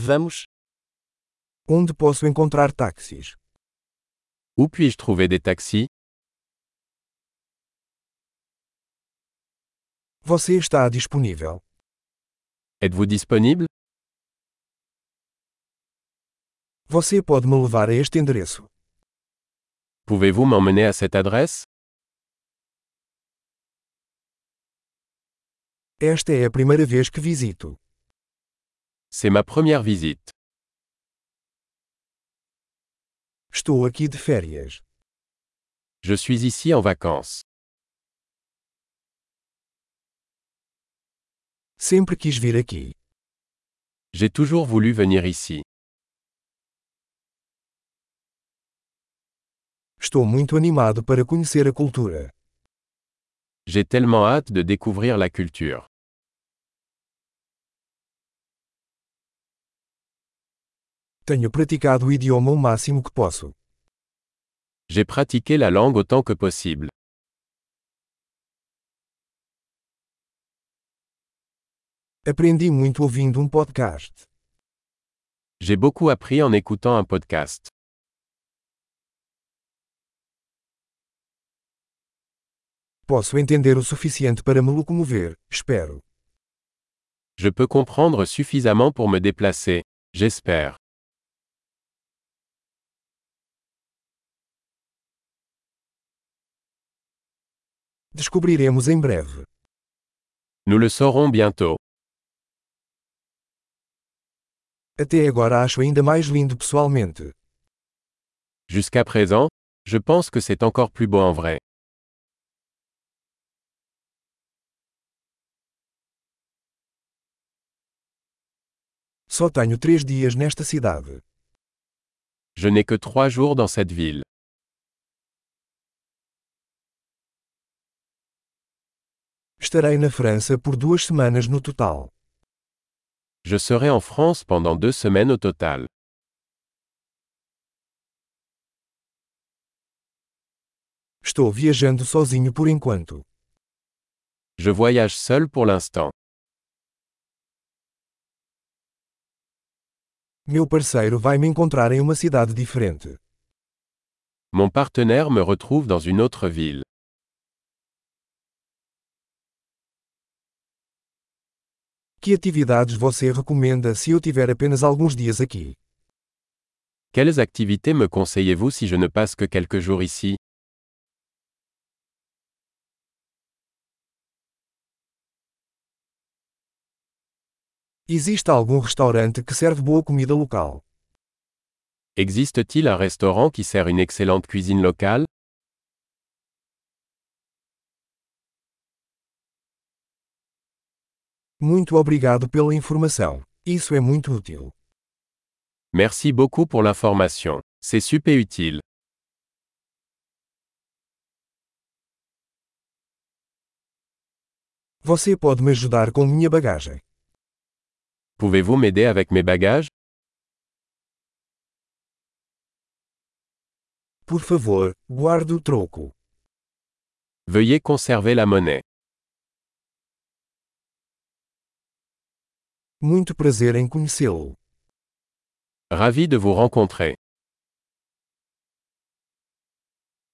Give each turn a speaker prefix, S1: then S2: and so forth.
S1: Vamos.
S2: Onde posso encontrar táxis?
S3: Où puis-je trouver des taxis
S2: Você está disponível?
S3: Êtes-vous disponible
S2: Você pode me levar a este endereço?
S3: Pouvez-vous m'emmener à cette adresse
S2: Esta é a primeira vez que visito.
S3: C'est ma première visite.
S2: Estou aqui de férias.
S3: Je suis ici en vacances.
S2: Sempre quis vir aqui.
S3: J'ai toujours voulu venir ici.
S2: Estou muito animado para conhecer a cultura.
S3: J'ai tellement hâte de découvrir la culture.
S2: Tenho praticado o idioma o máximo que posso.
S3: J'ai pratiqué la langue autant que possible.
S2: Aprendi muito ouvindo um podcast.
S3: J'ai beaucoup appris en écoutant un podcast.
S2: Posso entender o suficiente para me locomover, espero.
S3: Je peux comprendre suffisamment pour me déplacer, j'espère.
S2: Descobriremos em breve.
S3: Nous le saurons bientôt.
S2: Até agora acho ainda mais lindo pessoalmente.
S3: Jusqu'à présent, je pense que c'est encore plus beau en vrai.
S2: Só tenho três dias nesta cidade.
S3: Je n'ai que trois jours dans cette ville.
S2: Estarei na França por duas semanas no total.
S3: Je serai en France pendant deux semaines au total.
S2: Estou viajando sozinho por enquanto.
S3: Je voyage seul pour l'instant.
S2: Meu parceiro vai me encontrar em uma cidade diferente.
S3: Mon partenaire me retrouve dans une autre ville.
S2: Que atividades você recomenda se eu tiver apenas alguns dias aqui?
S3: Quelles activités me conseillez-vous si je ne passe que quelques jours ici
S2: Existe algum restaurante que serve boa comida local?
S3: Existe-t-il un restaurant qui sert une excellente cuisine locale
S2: Muito obrigado pela informação. Isso é muito útil.
S3: Merci beaucoup pour l'information. C'est super utile.
S2: Você pode me ajudar com minha bagagem.
S3: Pouvez-vous m'aider avec mes bagages
S2: Por favor, guarde o troco.
S3: Veuillez conserver la monnaie.
S2: Muito prazer em conhecê-lo.
S3: Ravi de vous rencontrer.